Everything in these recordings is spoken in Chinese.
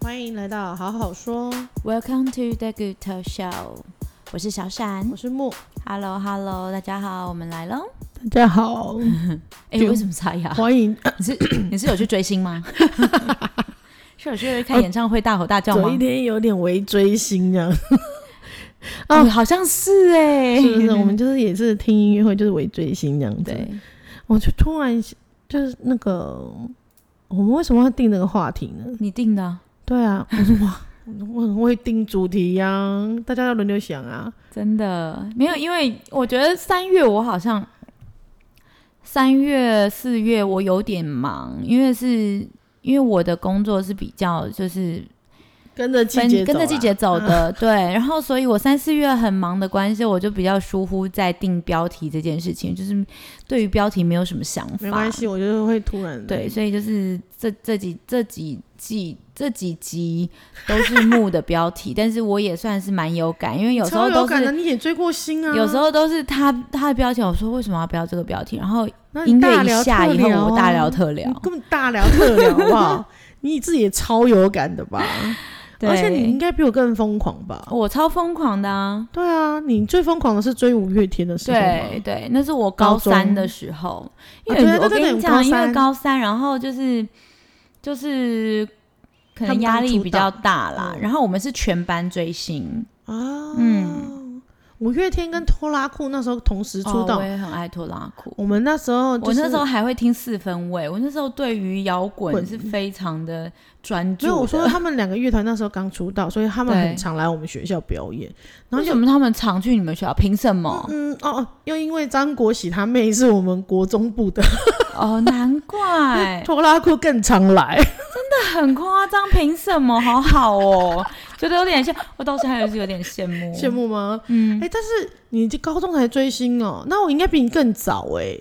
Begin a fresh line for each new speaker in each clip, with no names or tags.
欢迎来到好好说，
Welcome to the Good Talk Show，我是小闪
我。是木，
Hello Hello，大家好，我们来喽。
大家好，
哎、
就
为什么刷牙？
欢迎
你是你是有去追 星吗？是有去看演唱会大吼大叫
昨
吗
哦一？天有点微追星这样，
哦，好像是 哎、
是 不是？我们就是也是听音乐会，就是微追星这样子。
对，
我就突然就是那个，我们为什么会定这个话题呢？
你定的啊，
对啊，我说哇，我很会定主题呀、大家要轮流想啊。
真的没有，因为我觉得三月我好像三月四月我有点忙，因为是因为我的工作是比较就是
跟着季
跟
节、
跟着季节走
啊，
的，对。然后，所以我三四月很忙的关系，我就比较疏忽在定标题这件事情，就是对于标题没有什么想法。
没关，系，嗯我就是会突然
对，所以就是这这几这几季这几集都是木的标题， 但是我也算是蛮有感，因为有时
超
候
有
都
感的，
是。
你也追过星啊，
有时候都是他他的标题，我说为什么要标这个标题？然后
那你
音乐
大
一
聊
下
特
以后，我大
啊
聊特聊
你。根本大聊特聊，好不好？ 你自己也超有感的吧？而且你应
对，
该比我更疯狂吧？
我超疯狂的啊！
对啊，你最疯狂的是追五月天的时候
对
嘛
对，那是我
高
高三
中
的时候，因
啊
为、
对啊
我
对对
跟你
对我们高
讲，因为
三
高三，然后就是就是
他
可能
们
压
刚
力
出
比较
道
大啦，
嗯
然后我们是全班追星，
啊，
嗯
五月天跟拖拉库那时候同时出
哦、
道
我，也很爱拖拉裤。
我们那时候就
我
是
那时候还会听四分位，我那时候对于摇滚
滚
是非常的专注
没
的。
有我说他们两个乐团那时候刚出道，所以他们
对
很常来我们学校表演。然后
为
就
什么他们常去你们学校？凭什么？
嗯哦哦，又因为张国喜他妹是我们国中部的，
哦，难 怪，
拖拉库更常来。
很夸张，凭什么？好好哦，觉得有点像，我到现在还是有点羡慕，
羡慕吗？
嗯
哎、，但是你这高中才追星哦，那我应该比你更早哎、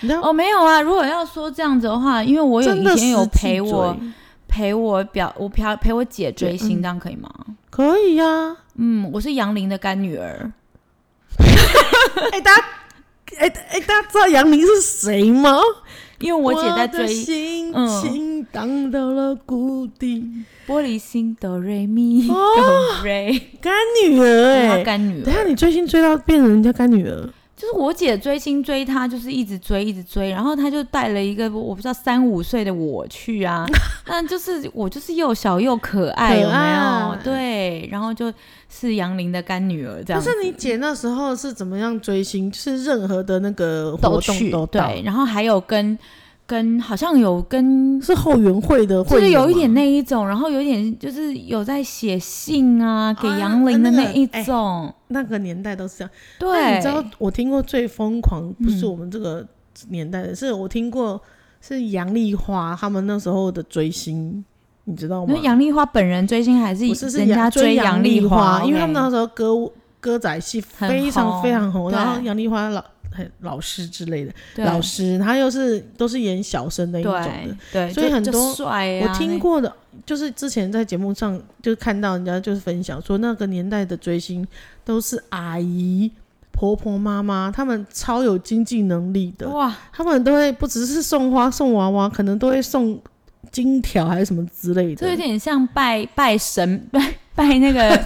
你知道
哦，没有啊。如果要说这样子的话，因为我有
真
以
的
前
实
有
际
陪我
追
陪我表我陪陪我姐追
对
星，
嗯
这样可以吗？
可以啊呀、
嗯，我是杨林的干女儿，
哎、大家，哎、哎、大家知道杨明是谁吗？
因为我姐在
的
追《
心
嗯
情荡到了谷 底，
玻璃心哆瑞咪
哦
哆瑞
干女》，儿
她
哎、
干女
等一下
儿。
你追星追到变成人家干女儿，
就是我姐追星追她，就是一直追一直追，然后她就带了一个我不知道三五岁的我去 啊，那就是我就是又小又可爱，
可
有没
爱
有？对，然后就是杨林的干女儿这
但
样子。
是你姐那时候是怎么样追星？就是任何的那个活
都
动
去
都到，
对，然后还有跟跟好像有跟
是后援会的
就
会
是
员吗，
有一点那一种，然后有一点就是有在写信啊给
啊
杨林的
那个
那一种，
那个年代都是这样。那
对，
你知道我听过最疯狂不是
嗯
我们这个年代的，是我听过是杨丽花他们那时候的追星，你知道
那
吗？
杨丽花本人追星还是
不是是
人家
杨追
杨
丽
花，
因为他们
OK
那时候歌舞歌仔戏
很
非常
红
非常红，
对
然后杨丽花老很老师之类的
对
老师，她又是都是演小生那一种的
对。对，
所以
就
很
就
多
帅
我
啊，
听
那
过的，就是之前在节目上就看到人家就是分享说，那个年代的追星都是阿姨、婆婆、妈妈，他们超有经济能力的，
哇，
他们都会不只是送花送娃娃，可能都会送金条还是什么之类
这有
的，
点像拜拜神 拜拜 那个，对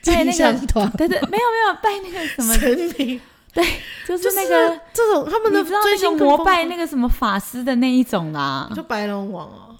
金
那个
香团、
对对，没有没有拜那个什么，
神明，
就是
就是
那个。
这种他们的
你知道
追
那
星
个膜拜那
个
个什么法师的那一种啦，
就白龙王哦，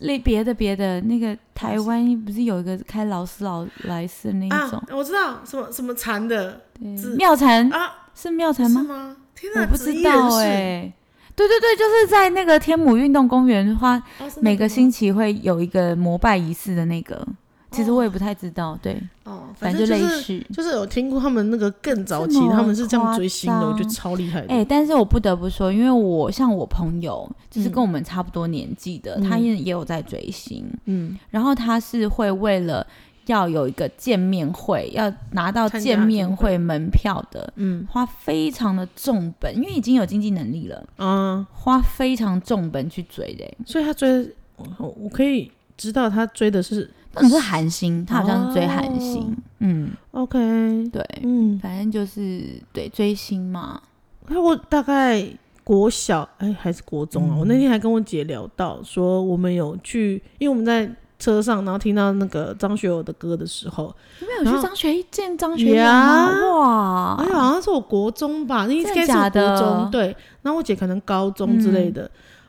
类别的别的那个台湾不是有一个开劳斯劳莱斯的那一种
啊，我知道什么什么禅的
对
是
妙禅
啊，
是妙
是
禅吗？
吗？天哪，
我不
紫
知
衣
道
人士
哎、，对对对，就是在那个天母运动公园的话，
哦是那
每
个
个
吗
星期会有一个膜拜仪式的那个。其实我也不太知道，对，
哦，
反
正
正就类
是
似。
就是有听过他们那个更早期
这，么
他们是这样追星的，
夸
我
张
觉得超厉害的。
哎、但是我不得不说，因为我像我朋友，就是
嗯
跟我们差不多年纪的，他
嗯
也也有在追星，
嗯，
然后他是会为了要有一个见面会，要拿到
参加
见面
见
会门票的，
嗯
花非常的重本，因为已经有经济能力了，
啊，
花非常重本去追的、欸。
所以他追，我我可以知道他追的是
那你是韩星，他好像是追韩星，
哦
嗯，
OK，
对，
嗯，
反正就是对追星嘛，
那我大概国小哎还是国中啊，
嗯
我那天还跟我姐聊到说，我们有去，因为我们在车上，然后听到那个张学友的歌的时候，
你们有
然
去
后
张学义见张学友吗？
呀
哇，
哎呀，好像是我国中吧，那应该
真的
是
假
我
的嗯
国中对。然后我姐可能高中之类的，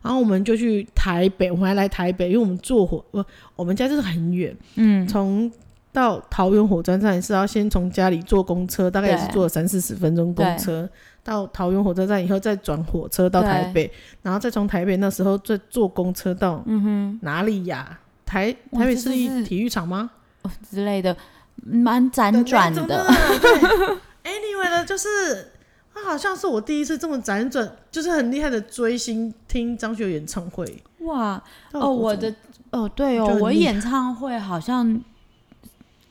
然后我们就去台北，我们还来台北，因为我们坐火，不，我们家就是很远，
嗯，
从到桃园火车站是要先从家里坐公车，大概也是
对
坐了三四十分钟公车，到桃园火车站以后再转火车到台北，然后再从台北那时候再坐公车到哪里呀？台
嗯哇
台北
这
市
真
立
是
体育场吗？
之类的，蛮辗转
的
的。
那种的。 对 anyway 呢，就是他好像是我第一次这么辗转，就是很厉害的追星听张学友演唱会。
哇，
到
哦，
国
我
中
的哦，对哦
就，很
我
厉害
演唱会好像，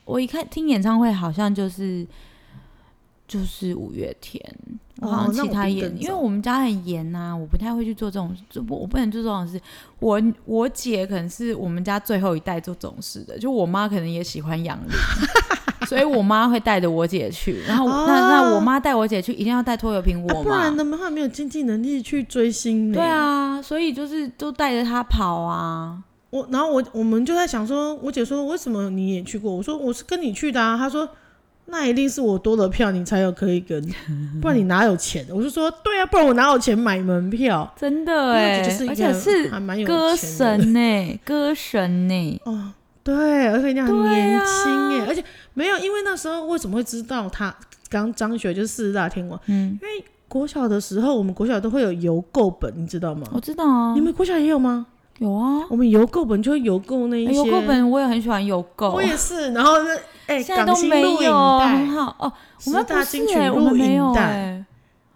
我一看听演唱会好像就是就是五月天，我好
哦
像
那
其
我
他
比你
演，
更
因为
早
我们家很严呐、我不太会去做这种，就我我不能做这种事。我我姐可能是我们家最后一代做这种事的，就我妈可能也喜欢杨丽。 所以我妈会带着我姐去，然后我、那那我妈带我姐去，一定要带拖油瓶
哦啊
我
不
嘛。
然的话没有经济能力去追星呢。
对，啊，所以就是都带着她跑啊。
我然后我我们就在想说，我姐说为什么你也去过？我说我是跟你去的啊。她说。那一定是我多了票，你才有可以跟，不然你哪有钱？我就说对啊，不然我哪有钱买门票？
真的
因为
哎
我姐就是一，个
而且是
还蛮有
歌
钱的
神 呢、歌神呢、欸
哦，对，而且人家很年轻
对
耶、
啊
而且没有，因为那时候为什么会知道他刚张学友就是四大天王？
嗯，
国小的时候，我们国小都会有邮购本，你知道吗？
我知道啊
你，们国小也有吗？
有啊，
我们邮购本就会邮购那一
哎
些，
邮购本我也很喜欢邮购
我，也是。然后那哎、
现在
港
都
星
没
录影
有，很
带，
好哦。我
啊十
们
大
不
金
是
曲
哎、我们
录
没有
影
哎、
带，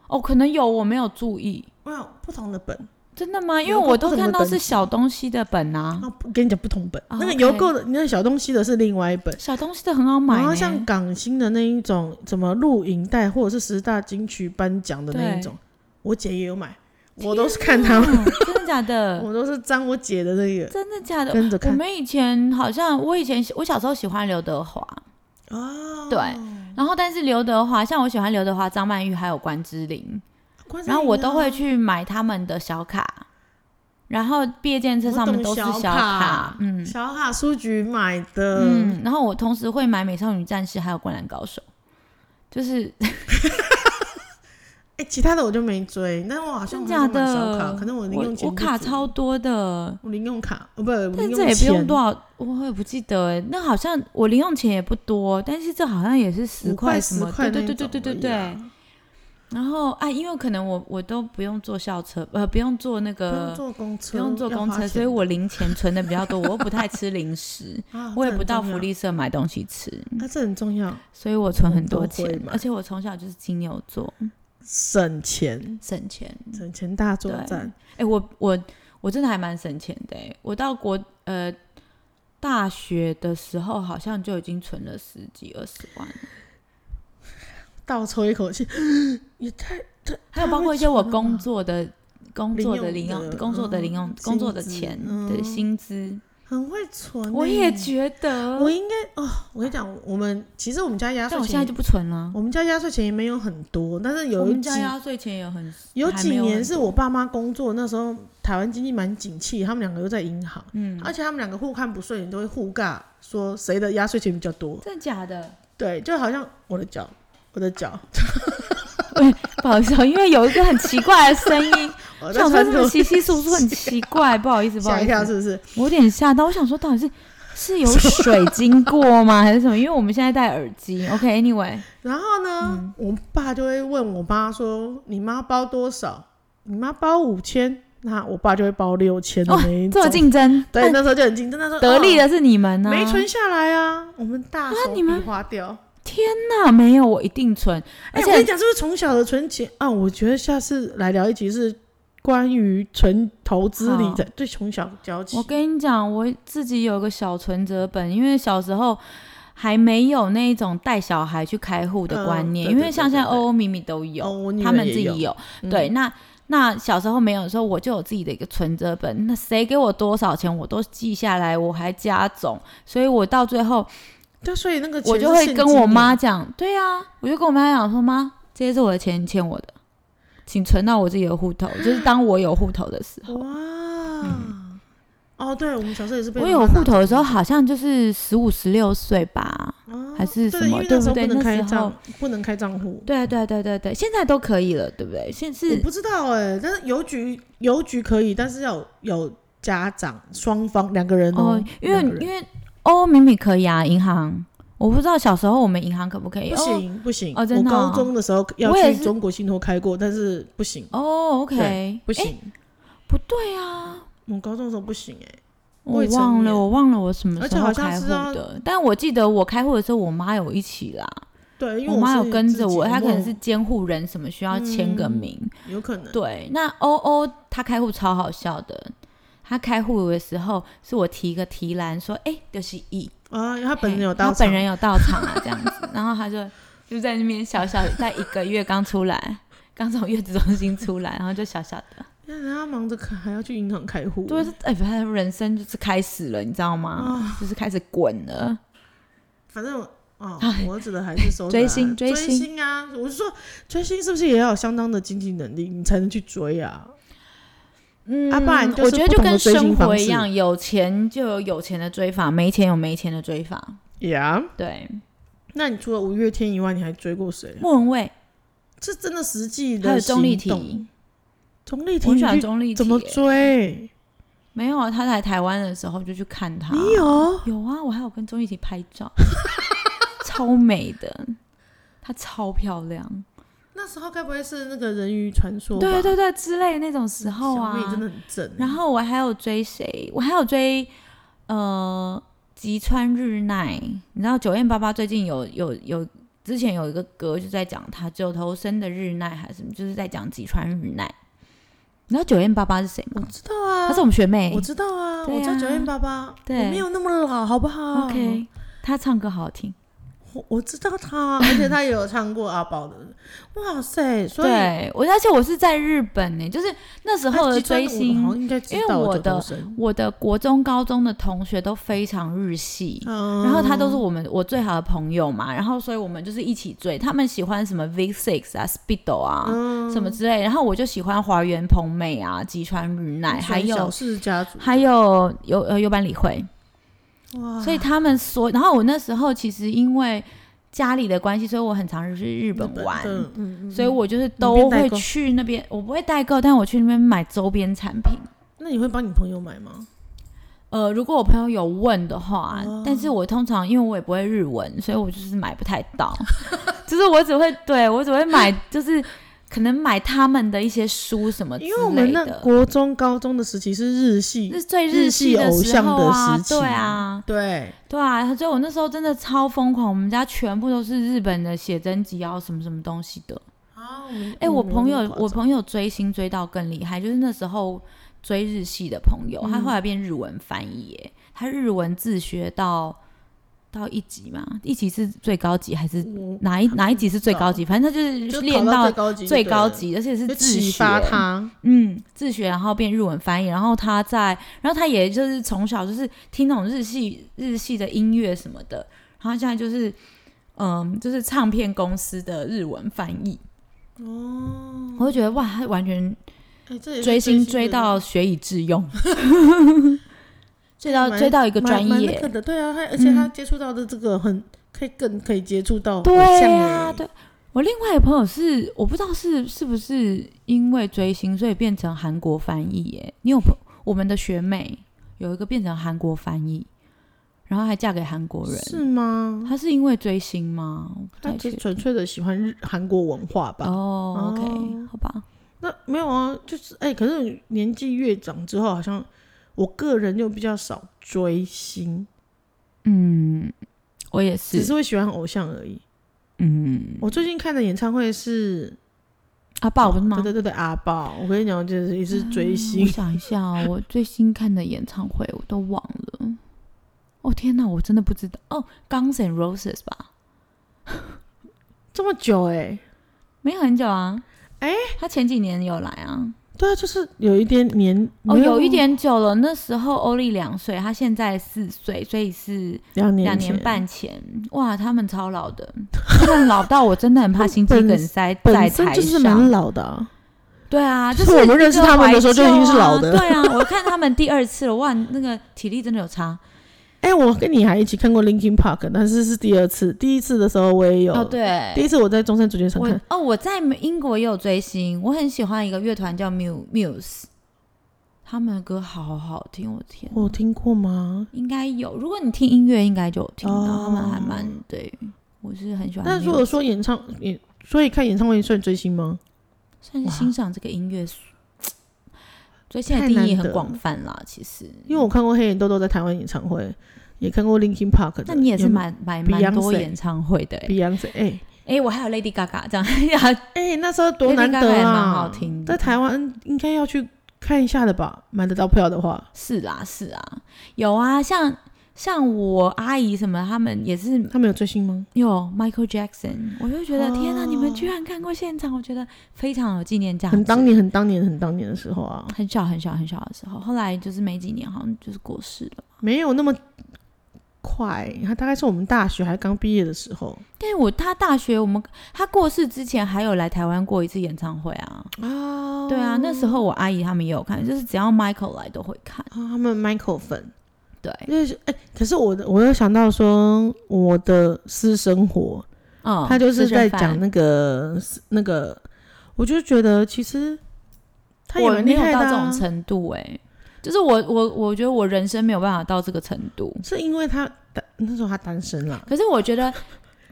哦，可能有，我没有注意。
哇、不同的本
真的吗？因为
邮购
我都
不同的
看到
本
是
子
小东西的本啊，
啊，不跟你讲不同本。
哦
那个
OK
邮购的那个小东西的是另外一本。
小东西的很好买、
然后
呢。
像港星的那一种，什么录影带或者是十大金曲颁奖的那一种，我姐也有买，我都是看她，
嗯真的假 的？
我都是沾我姐的那个
真的假的？
跟着
我
看
们以前好像，我以前喜我小时候喜欢刘德华，
哦
对，然后但是刘德华，像我喜欢刘德华、张曼玉还有关之琳，
关山
然后我
银啊
都会去买他们的小卡，然后毕业见册上面都是
我懂
小
哦小
卡
卡，
嗯
小卡书局买的，
嗯，然后我同时会买美少女战士还有灌篮高手，就是
哎，其他的我就没追，但我好像
真
很少
假
买小卡，
的，
可能我零
我
用钱
我
不
卡
足
超多的。
我零用卡，哦不，我
但
零
这也不用
钱
多啊少，我也不记得哎、那好像我零用钱也不多，但是这好像也是十
五块
什
十
么，
块
对
那
对
一种而已啊，
对对对对对。然后啊，因为可能我我都不用坐校车，呃，不用坐那
不
个
用坐公车，
不用坐
要
公
花
车，所以
钱啊
我零钱存的比较多，我又不太吃 零食，
啊
我也
这
不
很
到
重要
福利社买东西吃，
啊，这很重要，
所以我存很多
我都
钱
会，买
而且我从小就是金牛座，
省钱，
省钱。
省钱大作
对
战。
哎、我我我真的还蛮省钱的、欸，我到国呃大学的时候好像就已经存了十几二十万了，
倒抽一口气， 也太太
还有包括一些我工作的。工作的
零
零
用
用，
的
工作的零用
嗯，
工作的
薪资
钱，
嗯
对薪资，
很会存欸、
我也觉得，
我应该哦，我跟你讲，我们其实我们家压岁
但我现在
钱
就，不存了。
我们家压岁钱也没有很多，但是
我
有
们
几
家压岁钱也很
有
还没
几
有
年
很
是我爸妈工作那时候，台湾经济蛮景气，他们两个又在银行，
嗯，
而且他们两个互看不顺眼，都会互尬说谁的压岁钱比较多。
真的假的？
对，就好像我的脚，我的脚，
不好意思哦，因为有一个很奇怪的声 音，
我
我
在
想
穿
说这
拖
个稀稀疏疏很奇怪，不好意思，不好
吓 一
意
跳是不
思，
是？
我有点吓到，我想说到底是是有水经 过吗，还是什么？因为我们现在戴耳机，OK，Anyway，、
然后呢，
嗯
我爸就会问我妈说：“你妈包多少？你妈包五千，那我爸就会包六千的
哦
那一
这
种。
有竞争，
对，那时候就很竞争，那时候
但得利
了、
的是你们呢、
哦没存下来啊，我们大手
你
笔
们
花掉。
那没有，我一定存，
哎、
而
我跟
且
你讲，是不是从小的存钱啊？我觉得下次来聊一集是关于存投资理财，对，从小教起
我。跟你讲，我自己有个小存折本，因为小时候还没有那一种带小孩去开户的观念，
嗯对
因为像
对对
现在
对
欧欧米米都有，
哦我女
他
儿
们
也
自己
有
有。
嗯
对，那那小时候没有的时候，我就有自己的一个存折本，那谁给我多少钱，我都记下来，我还加总，所以我到最后
对，所以那个钱
我
是
就会
现
跟
金
我
耶
妈讲，对啊，我就跟我妈讲说，妈，这些是我的钱，你欠我的，请存到我自己的户头，就是当我有户头的时候。
哇、哦，对，我们小时候也是被
嗯我
妈
有
妈
户
拿
头的
走
时候，好像就是十五、十六岁吧。
哦
还是
对
什
因
么
为
对
那时
不
候
对
不能
那
开
时
账
候，
不能开账户。
对啊，对啊，对啊对啊对啊，现在都可以了，对不对？现在
我
是
不知道哎、但是邮局邮局可以，但是要有有家长双方两个人
哦，因为
两个人
因为哦，明明可以啊，银行，我不知道小时候我们银行可不可以？
不
哦
行不行，
哦真的
我
哦
高中的时候要
我也
去
是
中国信托开过，但是不行
哦
对
，OK，
不行、
诶不对啊，
我高中的时候不行哎、
我
未成
忘
年
了，我忘了我什么
而
时
且好
候
像
开户
是要
的，但我记得我开户的时候，我妈有一起啦，
对，因为
我妈
是
有跟
自
着
己
我，她可能
我
是监护人什么需要签个
嗯
名，
有可能
对，那欧欧他开户超好笑的。他开户的时候，是我提一个提篮说：“哎、六十一。
啊，因为
嘿”
他本人有到
他
场，
本人有到场啊，这样子。 然后他就就在那边小小，在一个月刚出来， 刚从月子中心出来，然后就小小的。
那人家忙着开还要去银行开户，
对，哎、他人生就是开始了，你知道吗？
嗯啊，
就是开始滚了。
反正我哦
哎，
我指的还是收着啊
追星
追
追星
啊！我是说，追星是不是也要有相当的经济能力，你才能去追啊？
嗯，
啊不然就是
我觉得
不
就
同的
跟
追星
生
方
活一
式
样，有钱就有有钱的追法，没钱有没钱的追法。
呀，
对，
那你除了五月天以外，你还追过谁啊？
莫文蔚
这真的实际的
还有钟丽
行动
缇，
钟丽缇，
我喜欢
你去
钟丽缇、
怎么
欸
追？
没有，啊他来台湾的时候就去看他。
你有
有啊，我还有跟钟丽缇拍 照，超美的，她超漂亮。
那时候该不会是那个人鱼传说吧？
对对对，之类那种时候
小美真
啊。
的很正。
然后我还有追谁？我还有追呃吉川日奈。你知道九燕八八最近有有有之前有一个歌就在讲她九头身的日奈还是什么，就是在讲吉川日奈。你知道九燕八八是谁吗？
知道啊，
她是我们学妹。
我知道啊，
对啊
我知道九零八八，
对啊
我没有那么老，好不好
OK，她唱歌好好听。
我我知道他，而且他也有唱过阿宝的，哇塞！所以
对，我而且我是在日本呢、就是那时候
哎
的
吉川
追
我
星，
好像应该知
因为
道
我
九头
的
身，
我的国中、高中的同学都非常日系。
嗯
然后他都是我们我最好的朋友嘛，然后所以我们就是一起追，他们喜欢什么 V Six 啊、Speedo 啊、
嗯
什么之类，然后我就喜欢华原朋美啊、吉川日奈，还
小
有
氏家族，
还有有呃有坂理惠，
哇！
所以他们所，然后我那时候其实因为家里的关系，所以我很常去日本玩，
嗯嗯嗯，
所以我就是
边
都
代
会
购
去那边，我不会代购，但我去那边买周边产品。
那你会帮你朋友买吗？
呃，如果我朋友有问的话，
哦
但是我通常因为我也不会日文，所以我就是买不太到， 就是我只会对我只会买，就是可能买他们的一些书什么之
因为我们
类
那
的，
国中、高中的时期是日系
那，是最
日
系
系
的
偶
时
像
候
的
啊
时，期，
对啊，
对，
对啊，所以我那时候真的超疯狂，我们家全部都是日本的写真集啊，什么什么东西的。
啊，
哎、我朋友，我
友
朋友追星追到更厉害，就是那时候追日系的朋友，他
嗯
后来变日文翻译耶，他日文自学到到一级嘛，一级是最高级还
哦
是哪一哪一级是最高级？反正他就是练
到最
到
高级就
最高
对了，
级，而且是
就
自
启
学，
发他，
嗯，自学然后变日文翻译，然后他在，然后他也就是从小就是听那种日系日系的音乐什么的，然后他现在就是嗯，就是唱片公司的日文翻译。
哦，
我就觉得哇，他完全
哎这也是
追
的
星追到学以致用， 追到
蛮
追到一个
蛮
专
蛮那
业
个，的，对啊，他而且他
嗯
接触到的这个很可以更可以接触到偶像
对
欸
啊，对。我另外一个朋友是我不知道是是不是因为追星，所以变成韩国翻译耶。你有朋我们的学妹有一个变成韩国翻译，然后还嫁给韩国
是
人，
吗？
她是因为追星吗？我不
他
太
就
确
是纯粹的喜欢日韩国文化吧？
哦
哦
，OK，好吧，
那没有啊，就是哎、可是年纪越长之后，好像我个人就比较少追星，
嗯，我也
只
是，
是会喜欢偶像而已。
嗯，
我最近看的演唱会是，
阿宝不是吗？
对对对对，阿豹。我跟你讲，就是也是追
我
星，
想一下哦，我最新看的演唱会我都忘了。哦天哪，我真的不知道哦，Guns N' Roses 吧？
这么久哎、
没有很久啊，
哎
他前几年有来啊，
对啊，就是有一点年，
哦，
没有
有一点久了。那时候欧丽两岁，他现在四岁，所以是
两年
两年
前，
半前。哇，他们超老 的，他们老到我真的很怕心肌
本
梗塞在
本
台
身
上。
就是蛮老的、啊。
对啊，就是
我们认识
一个
他们的
怀
时候就已
旧
经是
啊
老的
对啊，我看他们第二次了，哇，那个体力真的有差。
哎、我跟你还一起看过 Linkin Park，但是是第二次，第一次的时候我 也有，
哦，对，
第一次我在中山主角场
我
看，
哦，我在英国也有追星，我很喜欢一个乐团叫 Mu- Muse，他们的歌好好听，我天，
我有听过吗？
应该有。如果你听音乐，应该就有听到，
哦
他们还蛮对，我是很喜欢 Muse。
那如果说演唱演，所以看演唱会算追星吗？
算是
哇
欣赏这个音乐，追星的
太
定
难
义很
得
广泛啦，其实。
因为我看过黑眼豆豆在台湾演唱会，也看过 Linkin Park 的。
那你也是买买蛮多
Beyonce
演唱会的、欸，
Beyonce？哎、
哎、我还有 Lady Gaga 这样，
哎、那时候多
Lady
难
Gaga
得
也
啊！
蛮好听的
在台湾应该要去看一下的吧？买得到票的话，
是啦是啊，有啊，像像我阿姨什么，他们也是
他们有追星吗？
有 Michael Jackson，我就觉得、天哪，你们
哦
居然看过现场，我觉得非常有纪念价值。
很当年、很当年、很当年的时候啊，
很小很小很小的时候，后来就是没几年，好像就是过世了。
没有那么快，他大概是我们大学还刚毕业的时候
但是我他大学我们他过世之前还有来台湾过一次演唱会啊，
啊
对啊，那时候我阿姨他们也有看，就是只要 Michael 来都会看，
啊，他们 Michael 粉，
对，
因为是哎、可是我的我又想到说我的私生活，
嗯，
他就是
私生
在
饭
讲那个那个，我就觉得其实他也
我
蛮
没
厉
有
害的、
到这
啊
种，程度哎、就是我我我觉得我人生没有办法到这个程度，
是因为他单那时候他单身啦，
可是我 觉得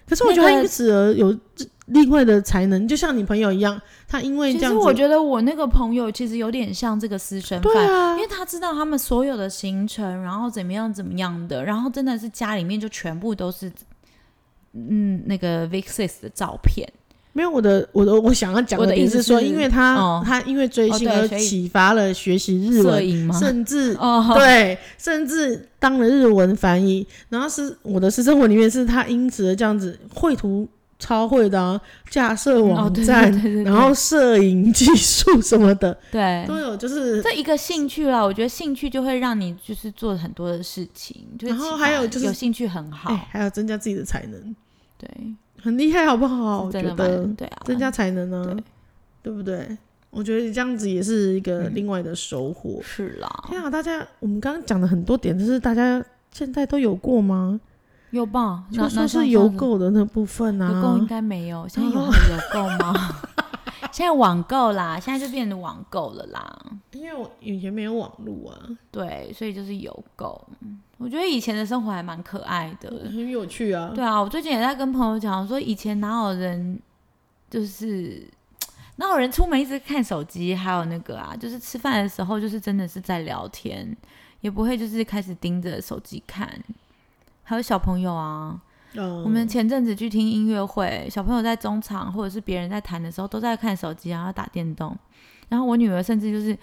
可是我觉得
那
他
个
因此而有另外的才能，就像你朋友一样，他因为
其
这样
实
子，
我觉得我那个朋友其实有点像这个私生
对
饭，
啊
因，为他知道他们所有的行程，然后怎么样怎么样的，然后真的是家里面就全部都是。嗯，那个 Vic Six 的照片，
没有我的我的我想要讲
我的
点
意思
是说，
是
因为他、
哦
他因为追
哦
星
对
而
所以
启发了学习日
摄
文，
影吗？
甚至
哦，
对，甚至当了日文翻译，然后是我的私生活里面是他因此而这样子绘图超会的、啊，架设
嗯哦
网
对
站，
对对对对
然后摄影技术什么的
对，
都有，就是
这一个兴趣啦，我觉得兴趣就会让你就是做很多的事情，就是
然后
起码
还有就是
有兴趣很好，
哎、还要增加自己的才能，
对，
很厉害，好不好？
是
哦我
真
觉
的
得
蛮对啊，
增加才能呢、
对
对不对？我觉得这样子也是一个
嗯
另外的收获。
是啦，
天啊，大家，我们刚刚讲的很多点，就是大家现在都有过吗？
有吧？
就
那
说
那
是邮
有
购的那部分啊，
有购应该没 有，现在有
哦
还有邮购吗？ 现在网购啦，现在就变成网购了啦，
因为我以前没有网络啊，
对，所以就是邮购。嗯我觉得以前的生活还蛮可爱的，
很有趣啊。
对啊，我最近也在跟朋友讲说，以前哪有人就是哪有人出门一直看手机，还有那个啊，就是吃饭的时候就是真的是在聊天，也不会就是开始盯着手机看。还有小朋友啊，
嗯，
我们前阵子去听音乐会，小朋友在中场或者是别人在弹的时候都在看手机啊，然后打电动。然后我女儿甚至就是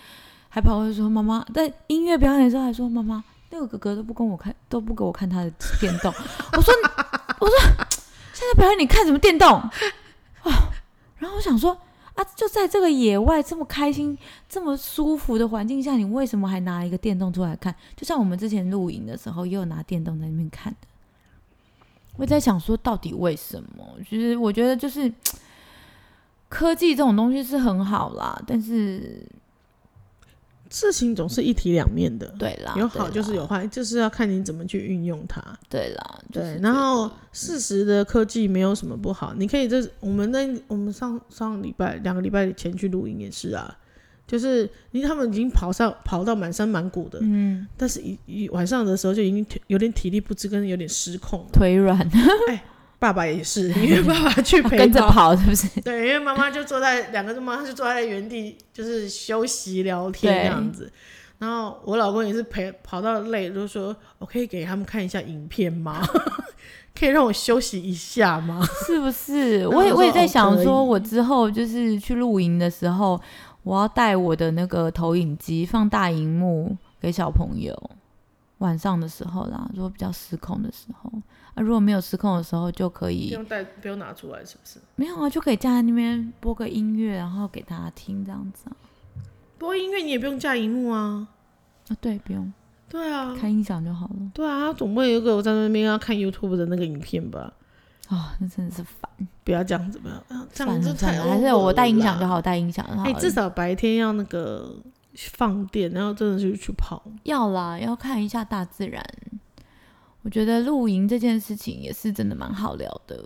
还跑过去说：“妈妈，在音乐表演的时候还说妈妈，那个哥哥都不跟我看，都不给我看他的电动。”我说：“我说现在表演你看什么电动？”哦，然后我想说。啊，就在这个野外这么开心、这么舒服的环境下，你为什么还拿一个电动出来看？就像我们之前露营的时候，也有拿电动在那边看的。我在想说，到底为什么？就是我觉得，就是科技这种东西是很好啦，但是
事情总是一体两面的，
对啦，
有好
对啦啊
就是有坏，就是要看你怎么去运用它。
对啦，就是
对
这，
然后事实的科技没有什么不好，你可以这我们那我们上上礼拜两个礼拜前去露营也是啊，就是因为他们已经跑上跑到满山满谷的，
嗯，
但是一一晚上的时候就已经体有点体力不支跟有点失控了。
腿软，
爸爸也是，因为爸爸去陪
跟着
跑
跑是 不是？
对，因为妈妈就坐在两个妈妈就坐在原地，就是休息聊天
对
这样子。然后我老公也是陪跑到累，就说：“我可以给他们看一下影片吗？ 可以让我休息一下吗
是不是？
然后
我也
我
我也
说
在
哦
想
可
说，
以
我之后就是去露营的时候，我要带我的那个投影机放大荧幕给小朋友，晚上的时候啦，如果比较失控的时候。啊，如果没有失控的时候，就可？”
不
以
用带，不用拿出来，是不是？
没有啊，就可以站在那边播个音乐，然后给大家听这样子啊。
播音乐你也不用架荧幕啊。
啊，对，不用
对啊，
嗯开音响就好了。
对啊，他总会有一个我在那边要看 YouTube 的那个影片吧？
哦，那真的是烦，
不要这样子，不要啊这
烦
样
了
子
烦
太
了，还是
over
我带音响
了
就好，带音响就好
哎、
了
至少白天要那个放电，然后真的是去跑。
要啦，要看一下大自然。我觉得露营这件事情也是真的蛮好聊的、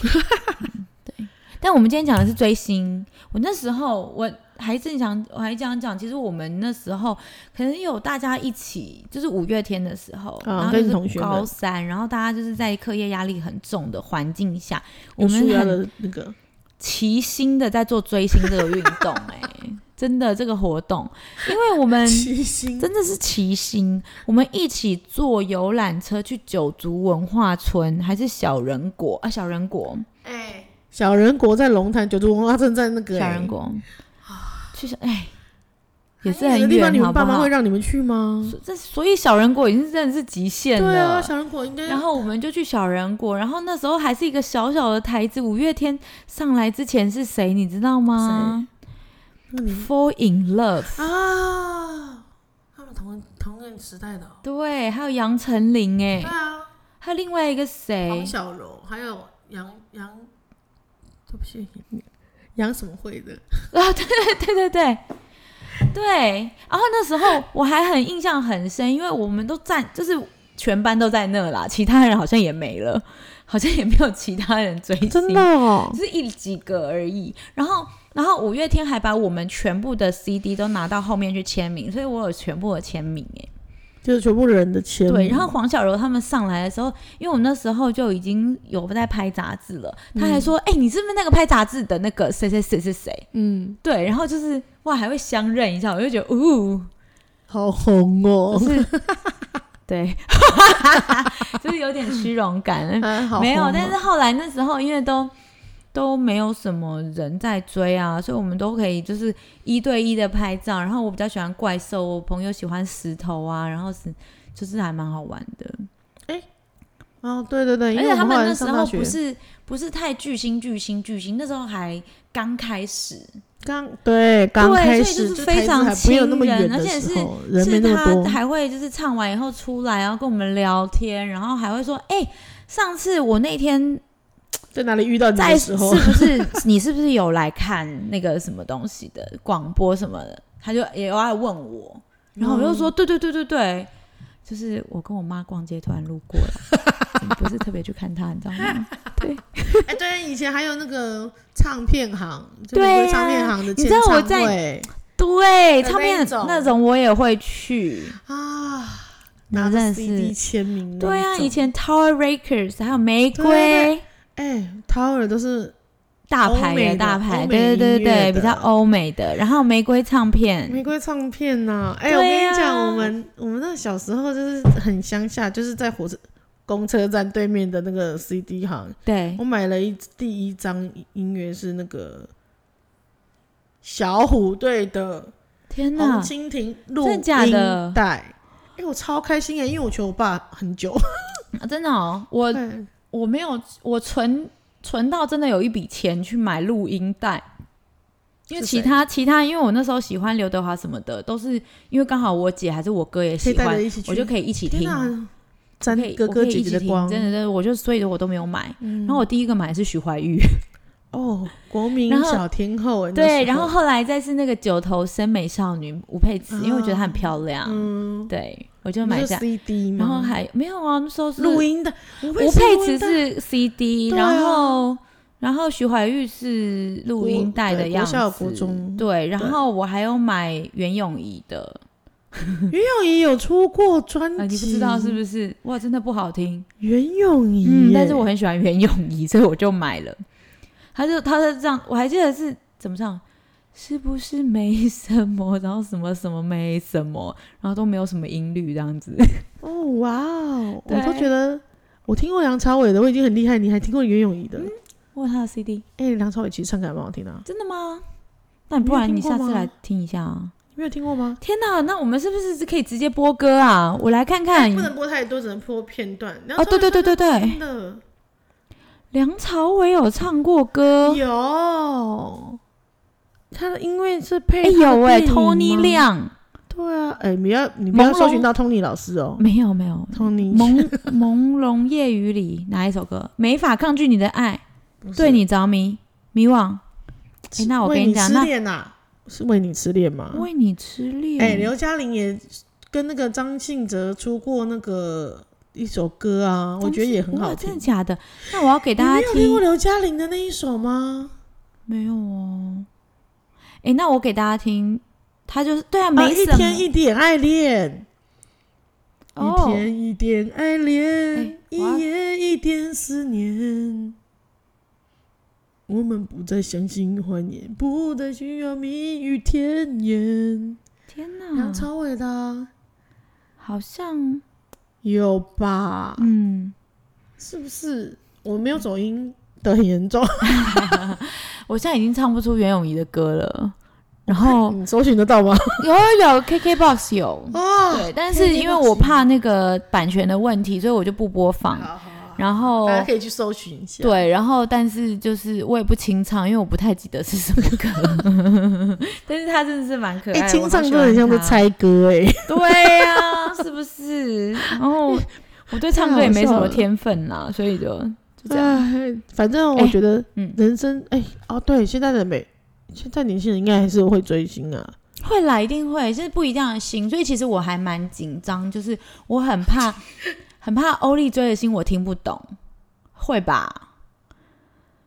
嗯对，但我们今天讲的是追星。我那时候我还正想，我还讲讲，其实我们那时候可能有大家一起，就是五月天的时候，
啊
然后就
跟同学
是
们
高三，然后大家就是在课业压力很重的环境下，我
有舒
们
压
很
的那个，
齐心的在做追星这个运动、哎， 真的这个活动，因为我们
七星
真的是齐心，我们一起坐游览车去九族文化村，还是小人国啊？小人国，
小人国在龙潭，九族文化村在那个、哎
小人
国
国，
啊
去小哎，也是
的
很
哎地方，你
远，好
们
不
爸妈
好
会？让你们去吗？
所这所以小人国已经真的是极限
对啊，
了。
小人国应该
然后我们就去小人国，然后那时候还是一个小小的台子。五月天上来之前是谁，你知道吗
那你
？Fall in Love，
啊，他们同同个时代的哦、
对，还有杨丞琳，哎
对，啊，
还有另外一个谁
黄？小柔还有杨杨，对不起，杨什么会的？
啊，对对对对对对。然后那时候我还很印象很深，因为我们都站，就是全班都在那啦，其他人好像也没了，好像也没有其他人追星，
真的哦
只，是一几个而已。然后。然后五月天还把我们全部的 CD 都拿到后面去签名，所以我有全部的签名哎。
就是全部人的钱。
对，然后黄小柔他们上来的时候，因为我那时候就已经有在拍杂志了，他还说：“哎、你是不是那个拍杂志的那个谁谁谁是谁？”
嗯，
对，然后就是哇，还会相认一下，我就觉得，呜、
好红哦
就，是对， 就是有点虚荣感。
啊 好
没有，
红
但
哦
是后来那时候因为都都没有什么人在追啊，所以我们都可以就是一对一的拍照。然后我比较喜欢怪兽，我朋友喜欢石头啊，然后是就是还蛮好玩的。
哦，对对对，因
而
为
且
我
他
后
们
来
那时
上大
候
学
不是不是太巨星巨星巨星，那时候还刚开始，
刚对刚
对
开
所以
始
就是
就
非
台子
常
还没有那么
亲人
远
而
的
且
时
是
候，人没
是
那么多
他，还会就是唱完以后出来，然后跟我们聊天，然后还会说：“哎、上次我那天
在哪里遇到你
在
的
是
时
不
候，
是你是不是有来看那个什么东西的广播什么的？”他就也有来问我，然后我就说：“对对对对对，就是我跟我妈逛街突然路过了，不是特别去看她，你知道吗？对，
哎，对，以前还有那个唱片行，就
对
玫
呀
瑰唱片行的
你
签
知道我
唱
在
会
对，
的
唱片
那种
那种我也会去，
啊，拿
那
着
真的
CD
是。”
签名那一种，
对啊，以前 Tower Records 还有玫
对
瑰，
对哎，Tower 都是
大牌
欧美
耶，
的
大牌，
欧美
对对对
音乐
对，
的
比较欧美的。然后玫瑰唱片，
玫瑰唱片呐、哎、
嗯对
我跟你
啊
讲，我们我们那小时候就是很乡下，就是在火车公车站对面的那个 CD 行，
对
我买了一第一张音乐是那个小虎队的
天
《
哪
红，蜻蜓》录
真的假的
音带。哎、我超开心哎、因为我求我爸很久，嗯
啊真的哦，我我没有，我存存到真的有一笔钱去买录音带。因为
是
其
谁
他其他，因为我那时候喜欢刘德华什么的，都是因为刚好我姐还是我哥也
可以
喜
带
欢
着，一起去，
我就可以一起
天
听，啊
哪，
我
沾
可以
哥
我
哥
可以
姐
一起
姐的
听
光，
真的真的，我就所以我都没有买。
嗯
然后我第一个买的是徐怀钰，
哦，国民
然后
小天后哎、那时
对，
候
然后后来再是那个九头身美少女吴佩慈，因为我觉得她很漂亮，
嗯，
对我就
你
买
说
下，
CD 吗？
然后还没有啊，那时候是
录，音的，吴
吴佩慈是 CD，、
对啊
然后然后徐怀钰是录音带的样子，
国对国小国中
对，然后我还有买袁咏仪的，
袁咏仪有出过专辑、
啊，你不知道是不是？哇，真的不好听，
袁咏仪耶、
嗯，但是我很喜欢袁咏仪，所以我就买了。他就他就这样，我还记得是怎么唱，是不是没什么，然后什么什么没什么，然后都没有什么音律这样子。
哦哇哦，我
对
都觉得我听过梁朝伟的，我已经很厉害，你还听过袁咏仪的？
哇，他的 CD
哎、梁朝伟其实唱歌还蛮好嗯听的、啊，
真的吗？那你
你
不
有
然
听
你
过
下次
吗
来听一下啊！
你没有听过吗？
天哪，那我们是不是可以直接播歌啊？我来看看。
不能播太多，只能播片段。
哦，对对对对对，
真的
梁朝伟有唱过歌，
有。他的因为是配
哎有
哎、
哎，Tony 亮，
对啊，哎、你不要你不要
朦胧
搜寻到 Tony 老师哦
没有没 有，
，Tony
朦朦胧夜雨里哪一首歌？没法抗拒你的爱，
不是
对你着迷，迷惘。哎、那我
为
跟
你
讲，
痴
那
恋呐，是为你痴恋吗？
为你痴恋，
嗯哎、刘嘉玲也跟那个张信哲出过那个一首歌啊，我觉得也很好
哇
听
真的。假的？那我要给
你
大
没
家
有听
听
过，刘嘉玲的那一首吗？
没有哦。哎、那我给大家听，他就是对啊，
啊，
没
一
什么。
天一点爱恋，一
哦，
天一点爱恋
哎，
一
我要
夜一点思念。我们不再相信谎言，不再需要蜜语甜言。
天
梁
哪，
朝伟的啊
好像
有吧？
嗯，
是不是？我没有走音的很严重。
我现在已经唱不出袁咏仪的歌了。然后
哦你搜寻得到吗？
有有有 KKBOX 有，
啊，
对，但是因为我怕那个版权的问题，所以我就不播放。
好好好，
然后
大家可以去搜寻一下。
对，然后但是就是我也不清唱，因为我不太记得是什么歌。 但是他真的是蛮可爱
哎、
的，
清
我
唱
好喜
歌很
欢
像在
他。
猜歌哎、
对呀、是不 是？然后我对唱歌也没什么天分啦，所以就就这样。
哎，反正我
哎
觉得
嗯
人生哎、哦对，现在的美，现在年轻人应该还是会追星啊。
会啦，一定会，就是不一样的心。所以其实我还蛮紧张，就是我很怕， 很怕欧丽追的星我听不懂，会吧？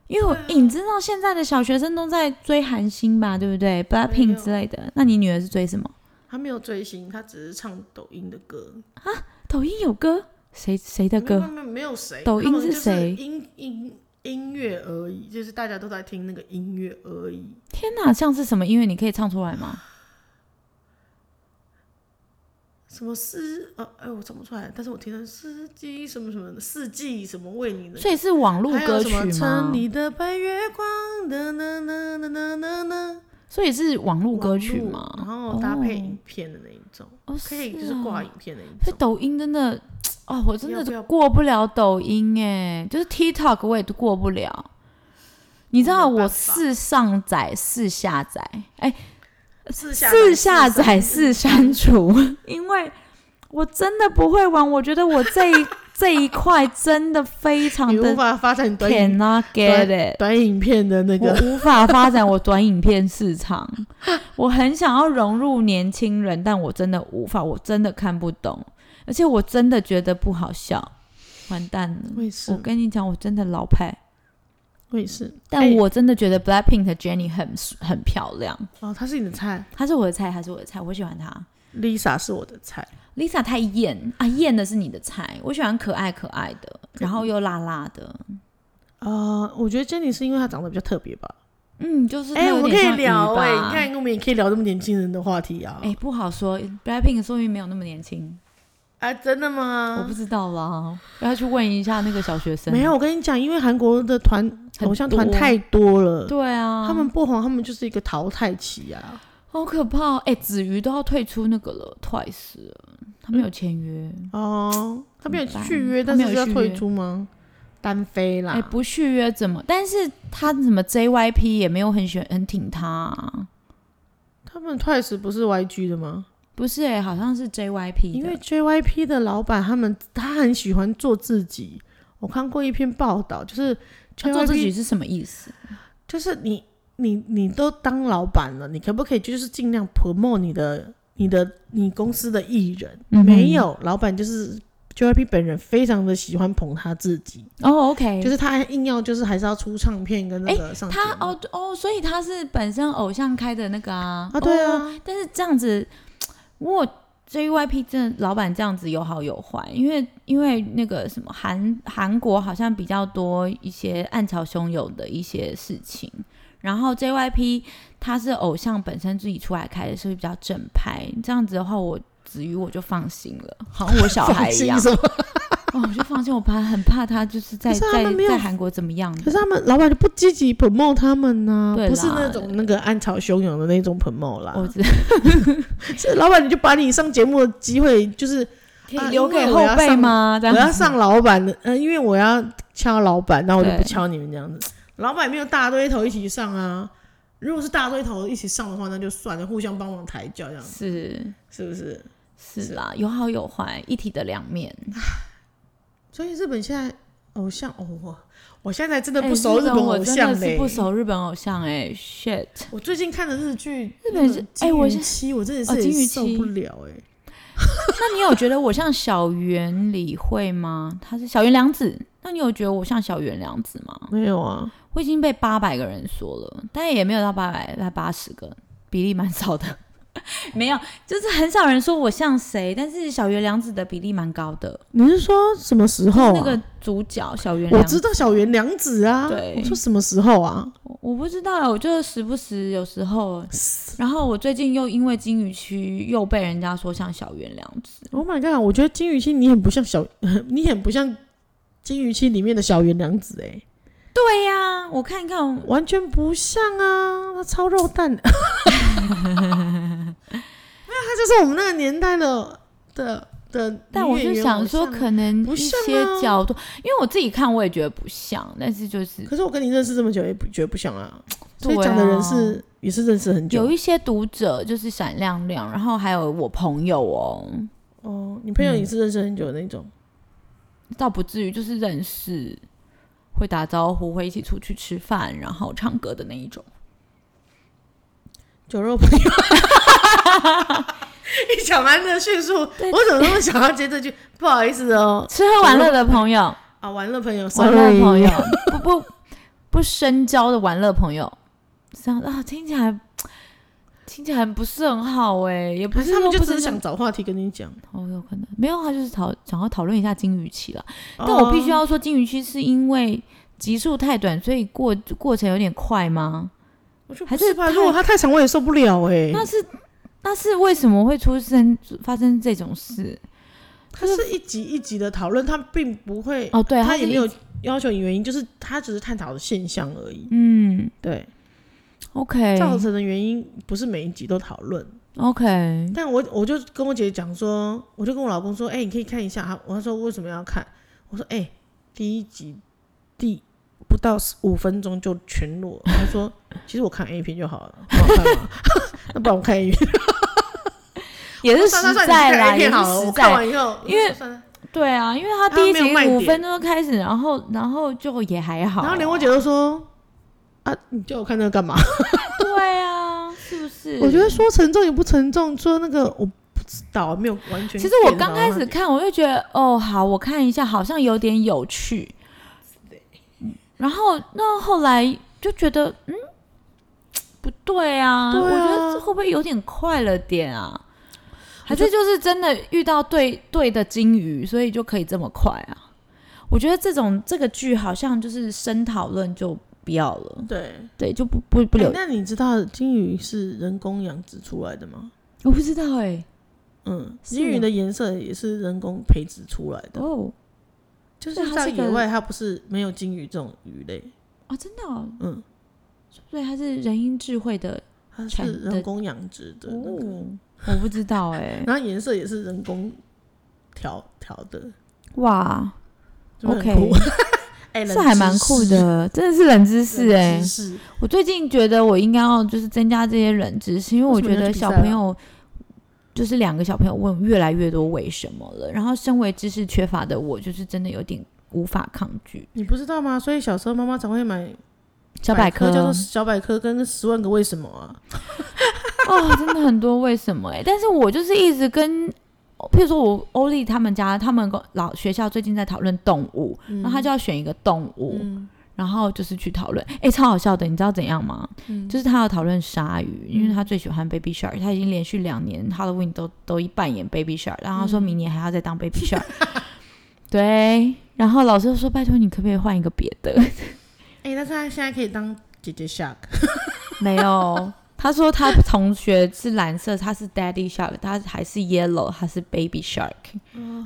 因为
啊
我、欸你知道现在的小学生都在追韩星吧，对不对
没
？BLACKPINK
有
之类的。那你女儿是追什么？
他没有追星，他只是唱抖音的歌。
抖音有歌？谁谁的
没有啊
歌？
没有没有谁，
抖音
他们就是
谁
音音音乐而已，就是大家都在听那个音乐而已。
天哪，像是什么音乐？你可以唱出来吗？
什么四呃哎，我唱不出来，但是我听到四季什么什么的四季什么为你的
所以是网络
还有
歌
什
曲
么
吗
城？里的白月光，呐呐呐呐呐呐呐，
所以是网络歌曲
网络
吗？
然后搭配影片的那一种，
哦，
可以就是
哦
挂影片的一
所以
种。
抖音真的，哦，我真
要不要
的过不了抖音哎，就是 TikTok 我也过不了。你知道
没有
我
办法
四上载四下载，哎、
四下
四下载
载
四删除， 因为我真的不会玩，我觉得我这一 这一块真的非常
你无
的
法发展短影
cannot get it。
短影片的那
我
个，
无法发展我短影片市场，我很想要融入年轻人，但我真的无法，我真的看不懂，而且我真的觉得不好笑，完蛋了！
我也
我
是，
跟你讲，我真的老派，
我也是。
但
哎
我真的觉得 Blackpink 的 Jennie 很很漂亮，
哦，他是你的菜
她是我的菜，她是我的菜，我喜欢她。
，Lisa 是我的菜。
Lisa 太艳啊，艳的是你的菜，我喜欢可爱可爱的，然后又辣辣的，
呃，我觉得 Jenny 是因为她长得比较特别吧。
嗯，就是她
哎，
有
我们可
点
以
像
聊
鱼吧
哎，你看我们也可以聊这么年轻人的话题啊
哎、。不好说，Blackpink 说明没有那么年轻。
啊，真的
我
吗
不？知道啦，要去问一下那个小学生。
没有，，我跟你讲，因为韩国的团
很
偶像团
多
太多了，
对啊，
他们不红，他们就是一个淘汰期啊。
好可怕哦！哎、子瑜都要退出那个了，Twice，了他们有签约，
哦，他没有
怎么办
续约，
他
但
没
是
有
是要
续
退
约
出吗？单飞啦。
哎、不续约怎么？但是他什么 JYP 也没有很喜欢很挺他啊、
他们 Twice 不是 YG 的吗？
不是哎、好像是 JYP，的
因为 JYP 的老板他们他很喜欢做自己。我看过一篇报道，就是
他做自己
JYP，
是什么意思？
就是你你你都当老板了，你可不可以就是尽量 promote 你的你的你公司的艺人？
嗯哼
没有，老板就是 JYP 本人非常的喜欢捧他自己，
哦，OK、o k
就是他硬要就是还是要出唱片跟那个上节目、
他哦哦，所以他是本身偶像开的那个啊
啊对
哦
啊，
但是这样子，我 JYP 真的老板这样子有好有坏，因为因为那个什么韩韩国好像比较多一些暗潮汹涌的一些事情，然后 JYP 他是偶像本身自己出来开的，所以比较正派。这样子的话，我子瑜我就放 心了，好像我小孩
放
一
心
样，
什么？
哦，我就放心，我怕很怕他就是在
可是他
在
们没有
在韩国怎么样
可
的
是。他们老板就不积极 promote 他们呢、
对啦
不是那种那个暗潮汹涌的那种 promote 啦。
我只
是 老板，你就把你上节目的机会，就是
可
啊
以留
因为
给
我
后
要
辈
上
吗？这
我
样
要
子
上老板的，呃，因为我要敲老板，那我就不
对
敲你们这样子。老板没有大家都一头一起上啊，如果是大堆头一起上的话，那就算了，互相帮忙抬轿这样，
是
是不是？
是啦，有好有坏，一体的两面。
所以日本现在偶像，哦，我我现在真的
哎
不熟
日
本偶
我真
像
的
嘞、
是不熟日本偶像哎、s h i t
我最近看的日剧，
日本是哎我
是
是
七，我真的
哦
是
金
也
鱼
受
妻
不了哎、
那你有觉得我像小圆理惠吗？她是小圆良子。那你有觉得我像小圆良子吗？
没有啊，
我已经被八百个人说了，但也没有到八百，才八十个，比例蛮少的。 没有，就是很少人说我像谁，但是小圆良子的比例蛮高的。
你是说什么时候、啊？
那个主角小圆
我
良
知
子，
道小圆良子啊，
对
我说什么时候啊？
我我不知道，我就时不时有时候，欸然后我最近又因为金鱼区又被人家说像小圆良子，
Oh my god！我觉得金鱼期你很不像小， 你很不像金鱼期里面的小圆良子哎、
对呀、我看一看，
完全不像啊，他超肉蛋的。没有，他就是我们那个年代的的的。
但我就想说，，可能
不
一
像
些
啊
角度，因为我自己看我也觉得不像，但是就是
可是我跟你认识这么久，也不觉得不像啊。所以
对
讲的人
啊
是、也是认识很久
有。一些读者就是闪亮亮，然后还有我朋友哦，
哦，你朋
嗯
友也是认识很久的那种。
倒不至于就是认识，会打招呼，会一起出去吃饭，然后唱歌的那一种。
酒肉朋友。 一讲完的叙述，我怎么那么想要接这句？不好意思哦，
吃喝玩乐的朋友，
啊，玩乐朋友
玩乐朋
，sorry，
友，不不不深交的玩乐朋友，这样啊，听起来听起来不是很好哎、也不
还
是
是他们
说
就
不
只是
深交
想找话题跟你讲。
哦，有可能没有，他就是讨想要讨论一下金鱼期了。
哦
但我必须要说，金鱼期是因为集数太短，所以过过程有点快吗？
我就不
还是
吧，
太
如果他太长，我也受不了哎、
那是那是为什么会出生发生这种事？
他是一集一集的讨论，他并不会，
哦，对，
他
是
也没
一
有要求你原因，就是他只是探讨的现象而已。
嗯
对，
，OK
造成的原因不是每一集都讨论。
OK，
但我我就跟我姐姐讲说，我就跟我老公说，哎、你可以看一下。他我说为什么要看？我说，哎、第一集第不到五分钟就全裸。他说，其实我看 A 片就好了，不好看吗？ 那不然我看 A 片，
也是
哦算了算了
实在
你看 A
啦，
片
也是
好了。我
实
看
在。
完以后，
因为
算了
对啊，因为他
他
第一
没有
集
卖
五
点
分钟就开始，然后然后就也还好。
然后连我姐都说，啊，你叫我看那个干嘛？
对啊，是不是？
我觉得说沉重也不沉重，说那个我不知道，没有完全 get 到他。
其实我刚开始看，我就觉得哦，好，我看一下，好像有点有趣。然后那后来就觉得，嗯，不对啊，
对啊
我觉得这会不会有点快了点啊？
我
还
觉得
是就是真的遇到对对的金鱼，所以就可以这么快啊？我觉得这种这个剧好像就是深讨论就不要了，
对。
对，就不不不
哎
留。
那你知道金鱼是人工养殖出来的吗？
我不知道哎、
嗯，
是
金鱼
吗
的颜色也是人工培植出来的，
哦
就
所以
是
它
在
是
野
个
外它不是没有金鱼这种鱼类，
哦，真的、哦，
嗯，
所以它是人因智慧的
它
产
是人
的
工养殖的那个，
哦，我不知道哎、
然后颜色也是人工调调的。
哇
是不是很
，OK，
酷哎，
是还蛮酷的，真的是冷知识哎、
是
我最近觉得我应该要就是增加这些冷知识，因为我觉得小朋友就是两个小朋友问越来越多为什么了，然后身为知识缺乏的我，就是真的有点无法抗拒。
你不知道吗？所以小时候妈妈常会买
小百科
科，叫做小百科跟十万个为什么啊。
哦，真的很多为什么哎、但是我就是一直跟，譬如说我欧丽他们家，他们老学校最近在讨论动物，然后他就要选一个动物，
嗯
然后就是去讨论，哎、超好笑的，你知道怎样吗？
嗯
就是他要讨论鲨鱼，因为他最喜欢 Baby Shark，他已经连续两年 Halloween 都都一扮演 Baby Shark，然后他说明年还要再当 Baby Shark，、对，然后老师就说拜托你可不可以换一个别的？
哎、但是他现在可以当姐姐 shark，
没有，他说他同学是蓝色，他是 Daddy Shark，他还是 Yellow，他是 Baby Shark，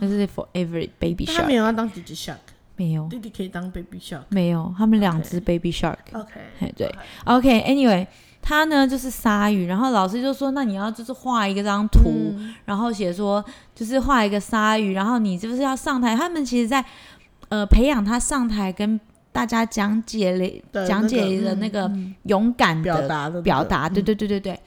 但是 For Every Baby
哦但他没
Shark
有要当姐姐 shark，
没有
弟弟可以当 baby shark。
没有，他们两
OK
只 Baby Shark。
OK，
嘿对，OK，Anyway，、他呢就是鲨鱼，然后老师就说，那你要就是画一个张图，
嗯
然后写说就是画一个鲨鱼，然后你就是要上台。他们其实在呃培养他上台跟大家讲解了
对
讲解了那个勇敢
嗯表
的
达的那嗯个
表达，对对对对对。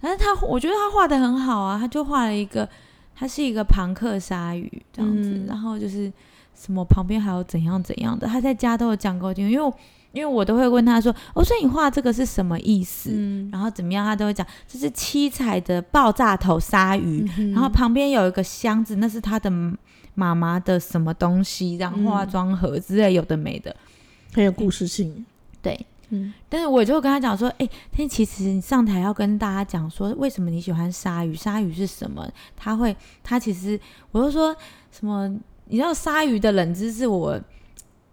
但是他我觉得他画的很好啊，他就画了一个，他是一个庞克鲨鱼这样子，
嗯
然后就是什么旁边还有怎样怎样的，他在家都有讲给我听，因为我因为我都会问他说，哦，所以你画这个是什么意思？
嗯，
然后怎么样，他都会讲这是七彩的爆炸头鲨鱼，
嗯
然后旁边有一个箱子，那是他的妈妈的什么东西，这样
嗯
化妆盒之类有的没的。
很有故事性，
对，
嗯
但是我就跟他讲说，哎、但其实你上台要跟大家讲说，为什么你喜欢鲨鱼？鲨鱼是什么？他会，他其实我就说什么，你知道鲨鱼的冷知识我。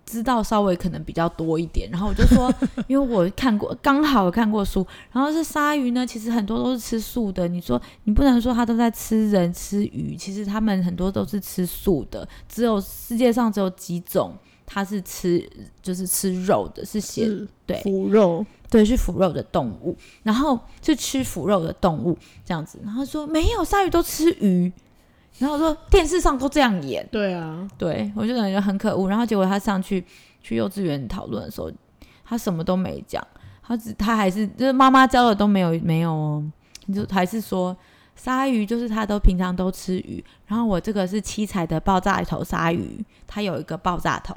知道稍微可能比较多一点，然后我就说，因为我看过，刚好有看过书，然后是鲨鱼呢，其实很多都是吃素的。你说你不能说它都在吃人吃鱼，其实它们很多都是吃素的，只有世界上只有几种它是吃就是吃肉的，是写
是
对
腐肉，
对，是腐肉的动物，然后是吃腐肉的动物这样子。然后说没有，鲨鱼都吃鱼。然后说电视上都这样演，
对啊，
对我就感觉很可恶。然后结果他上去去幼稚园讨论的时候，他什么都没讲，他只他还是就是妈妈教的都没有没有哦，就还是说鲨鱼就是他都平常都吃鱼，然后我这个是七彩的爆炸头鲨鱼，它有一个爆炸头，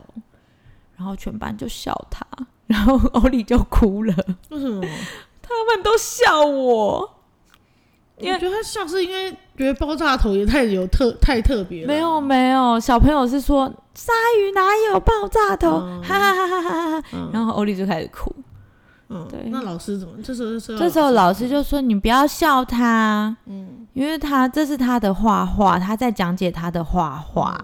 然后全班就笑他，然后 欧丽就哭了。
为什么？
他们都笑我，因为
我觉得他笑是因为觉得爆炸头也太有特太特别了，
没有没有，小朋友是说鲨鱼哪有爆炸头，
嗯
哈哈哈哈哈哈。
嗯，
然后欧丽就开始哭，
嗯
对
那老师怎么？这时候是
这时候老师就说：“你不要笑他，
嗯
因为他这是他的画画，他在讲解他的画画。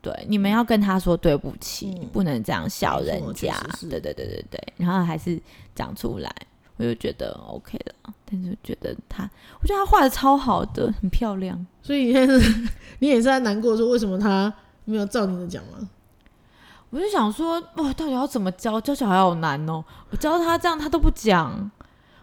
对，你们要跟他说对不起，
嗯
不能这样笑人家
没错确实。是
对对对对对，然后还是讲出来，我就觉得 OK 了。但是觉得他，我觉得他画的超好的，很漂亮。
所以你现在是，你也是在难过说为什么他没有照你的讲吗？
我就想说，哇，到底要怎么教？教小孩好难哦！我教他这样，他都不讲。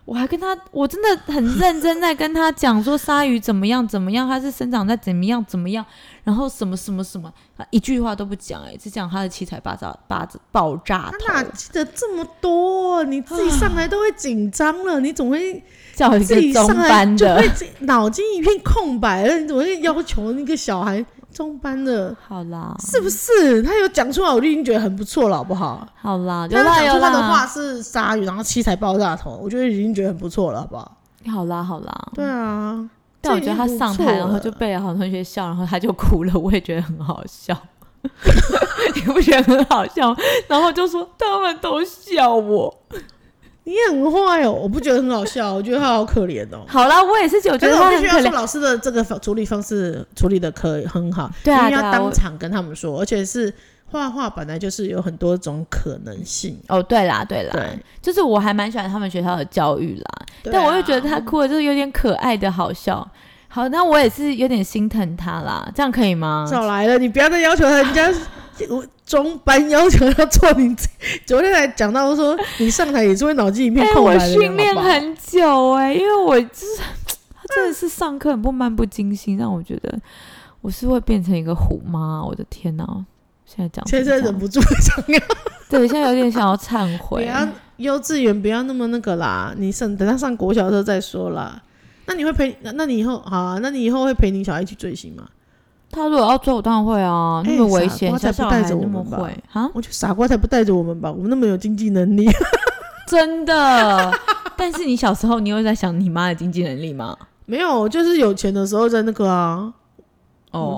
我还跟他，我真的很认真在跟他讲说，鲨鱼怎么样怎么样，它是生长在怎么样怎么样，然后什么什么什么，他一句话都不讲，哎，只讲他的七彩八炸八爆炸
他哪
头，
记得这么多？你自己上来都会紧张了，你总会
叫 一
自己
个中
上来
班
就
的
会，自己脑筋一片空白了，你怎么会要求那个小孩中班的？
好啦，
是不是？他有讲出来，我就已经觉得很不错了，好不好？
好啦，有
他
啦
讲
有
出他的
啦
话，是鲨鱼，然后七彩爆炸头，我觉得已经觉得很不错了，好不好？
好啦好啦。
对啊，
嗯但我
这
觉得他
已经不
上
错
台，然后
了
就被好同学笑，然后他就哭了，我也觉得很好笑。 你不觉得很好笑吗？然后就说他们都笑我。
你很坏哦，我不觉得很好笑，我觉得他好可怜哦。
好啦，我也是觉
可
得
是
他
我必
很
须
可
要说，
怜。
老师的这个方处理方式处理的可以很好，
对
因
啊，对
为要
啊，
当
我
场跟他们说，而且是画画本来就是有很多种可能性。
哦，对啦，对啦，
对，
就是我还蛮喜欢他们学校的教育啦，
啊
但我又觉得他哭的就是有点可爱的好笑。好，那我也是有点心疼他啦，这样可以吗？
早来了，你不要再要求他，人家我中班要求要做你自己。昨天还讲到说，你上台也是会脑筋一片
哎、
空白
我
的人
训练
好不好
很久哎、因为我就是他真的是上课很不漫不经心，让我觉得我是会变成一个虎妈。我的天哪、现在讲
现
成
在
这
忍
样
不住想 要，
对，现在有点想要忏
不
悔。
要幼稚园不要那么那个啦，你上等他上国小的时候再说啦。那你会陪？那那你以后好啊？那你以后会陪你小孩一起追星吗？
他如果要追我，当然会啊，那
哎
么危
傻
险，
瓜
小
才不
小
带
孩
着我
那么
们吧
会啊，
我觉得傻瓜才不带着我们吧，我们那么有经济能力。
真的。 但是你小时候，你有在想你妈的经济能力吗？
没有，就是有钱的时候在那个啊，
哦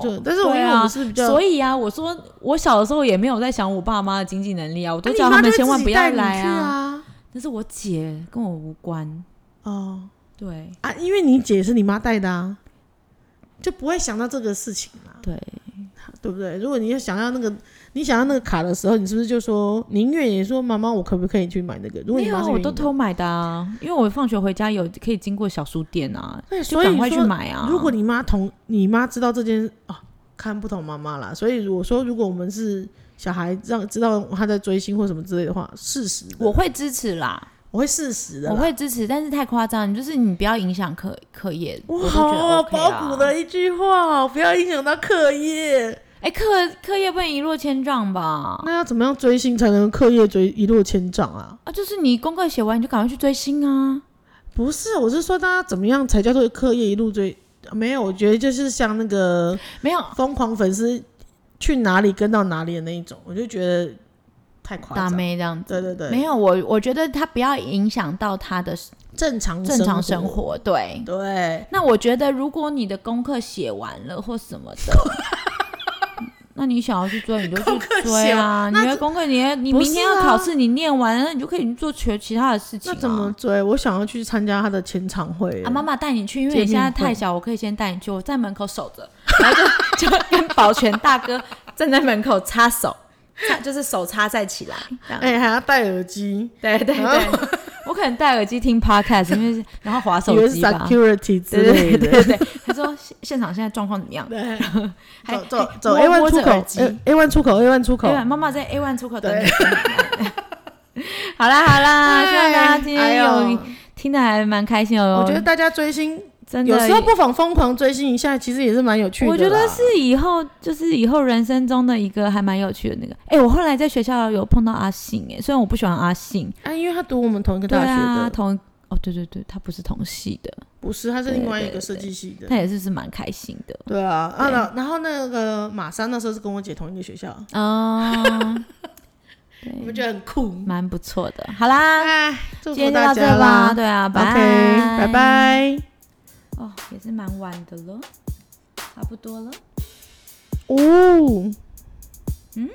哦，，就但是我因
对
为
啊
我们是比较，
所以啊，我说我小的时候也没有在想我爸妈的经济能力啊，我都
那你
叫
妈
他们
就会
千万
自己
不要
带你
来
去
啊。
啊。
那是我姐跟我无关，
哦
对
啊，因为你姐是你妈带的啊，就不会想到这个事情啦，
对，
对不对？如果你要想要那个，你想要那个卡的时候，你是不是就说宁愿也说妈妈，我可不可以去买那个？如果
没
你
有
妈
啊
是
我
愿意
都
的
偷买的啊，因为我放学回家有可以经过小书店啊，
对，
就
所以
赶快去
说
买啊。
如果你妈同你妈知道这件啊，看不同妈妈啦，所以如果说如果我们是小孩让知道他在追星或什么之类的话，事实的
我会支持啦，
我会事实的啦，
我会支持，但是太夸张，就是你不要影响课课业，我
哇，
就觉得
好
OK 啊啦
保古的一句话，不要影响到课业。
哎，课课业不能一落千丈吧？
那要怎么样追星才能课业追一落千丈啊？
啊，就是你功课写完你就赶快去追星啊！
不是，我是说大家怎么样才叫做课业一路追？没有，我觉得就是像那个
没有
疯狂粉丝去哪里跟到哪里的那一种，我就觉得太夸
大
张。
妹这样子，
对对对，
没有我，我觉得他不要影响到他的
正常
正常生
生活，
活。对，
对，
那我觉得如果你的功课写完了或什么 的。那你想要去追，你就
功
去
课
追
写
啊！
完
你
那
的
这
功课，你的你
不
明天要
是啊
考试，你念完了，你就可以去做其其他的事情、
那
啊。
怎么追？我想要去参加他的签唱会
啊，妈妈带你去，因为
见
你现在
面
太
会
小，我可以先带你去，我在门口守着，然后 就就跟保全大哥站在门口插手，插就是手插在起来，这样。
哎、还要戴耳机，
对对
然
对，我可能戴耳机听 podcast，因为是然后划
哦以
手
为是
机吧。
security 之
对对
类
对
的。
对对， 他说现现场现在状况怎么样？
对，
还
走走走
还
，A
摸
one 出
着耳机
口，A one 出口，A one 出口
对，，妈妈在 A one 出口等你
对。
好啦好啦，希望啊大家今
哎
天
呦
有听的还蛮开心哦。
我觉得大家追星
真的
有时候不妨疯狂追星一下，其实也是蛮有趣的啦。
我觉得是以后就是以后人生中的一个还蛮有趣的那个。哎、我后来在学校有碰到阿信、哎，虽然我不喜欢阿信，
啊，因为他读我们同一个
对
大学
啊，
的，
同一哦，对对对，他不是同系的，
不是，他是另外一
对对
个设计系的。
他也是是蛮开心的。
对啊，啊，
对
然然后那个玛莎那时候是跟我姐同一个学校，哦
嗯，
你
对，
们觉得很酷。
蛮不错的。好啦，
哎，祝
今
福
天就到
大
这
家
吧。
啦。
对啊，拜
OK，拜。拜。
哦，也是蛮晚的了，差不多了。
哦，
嗯，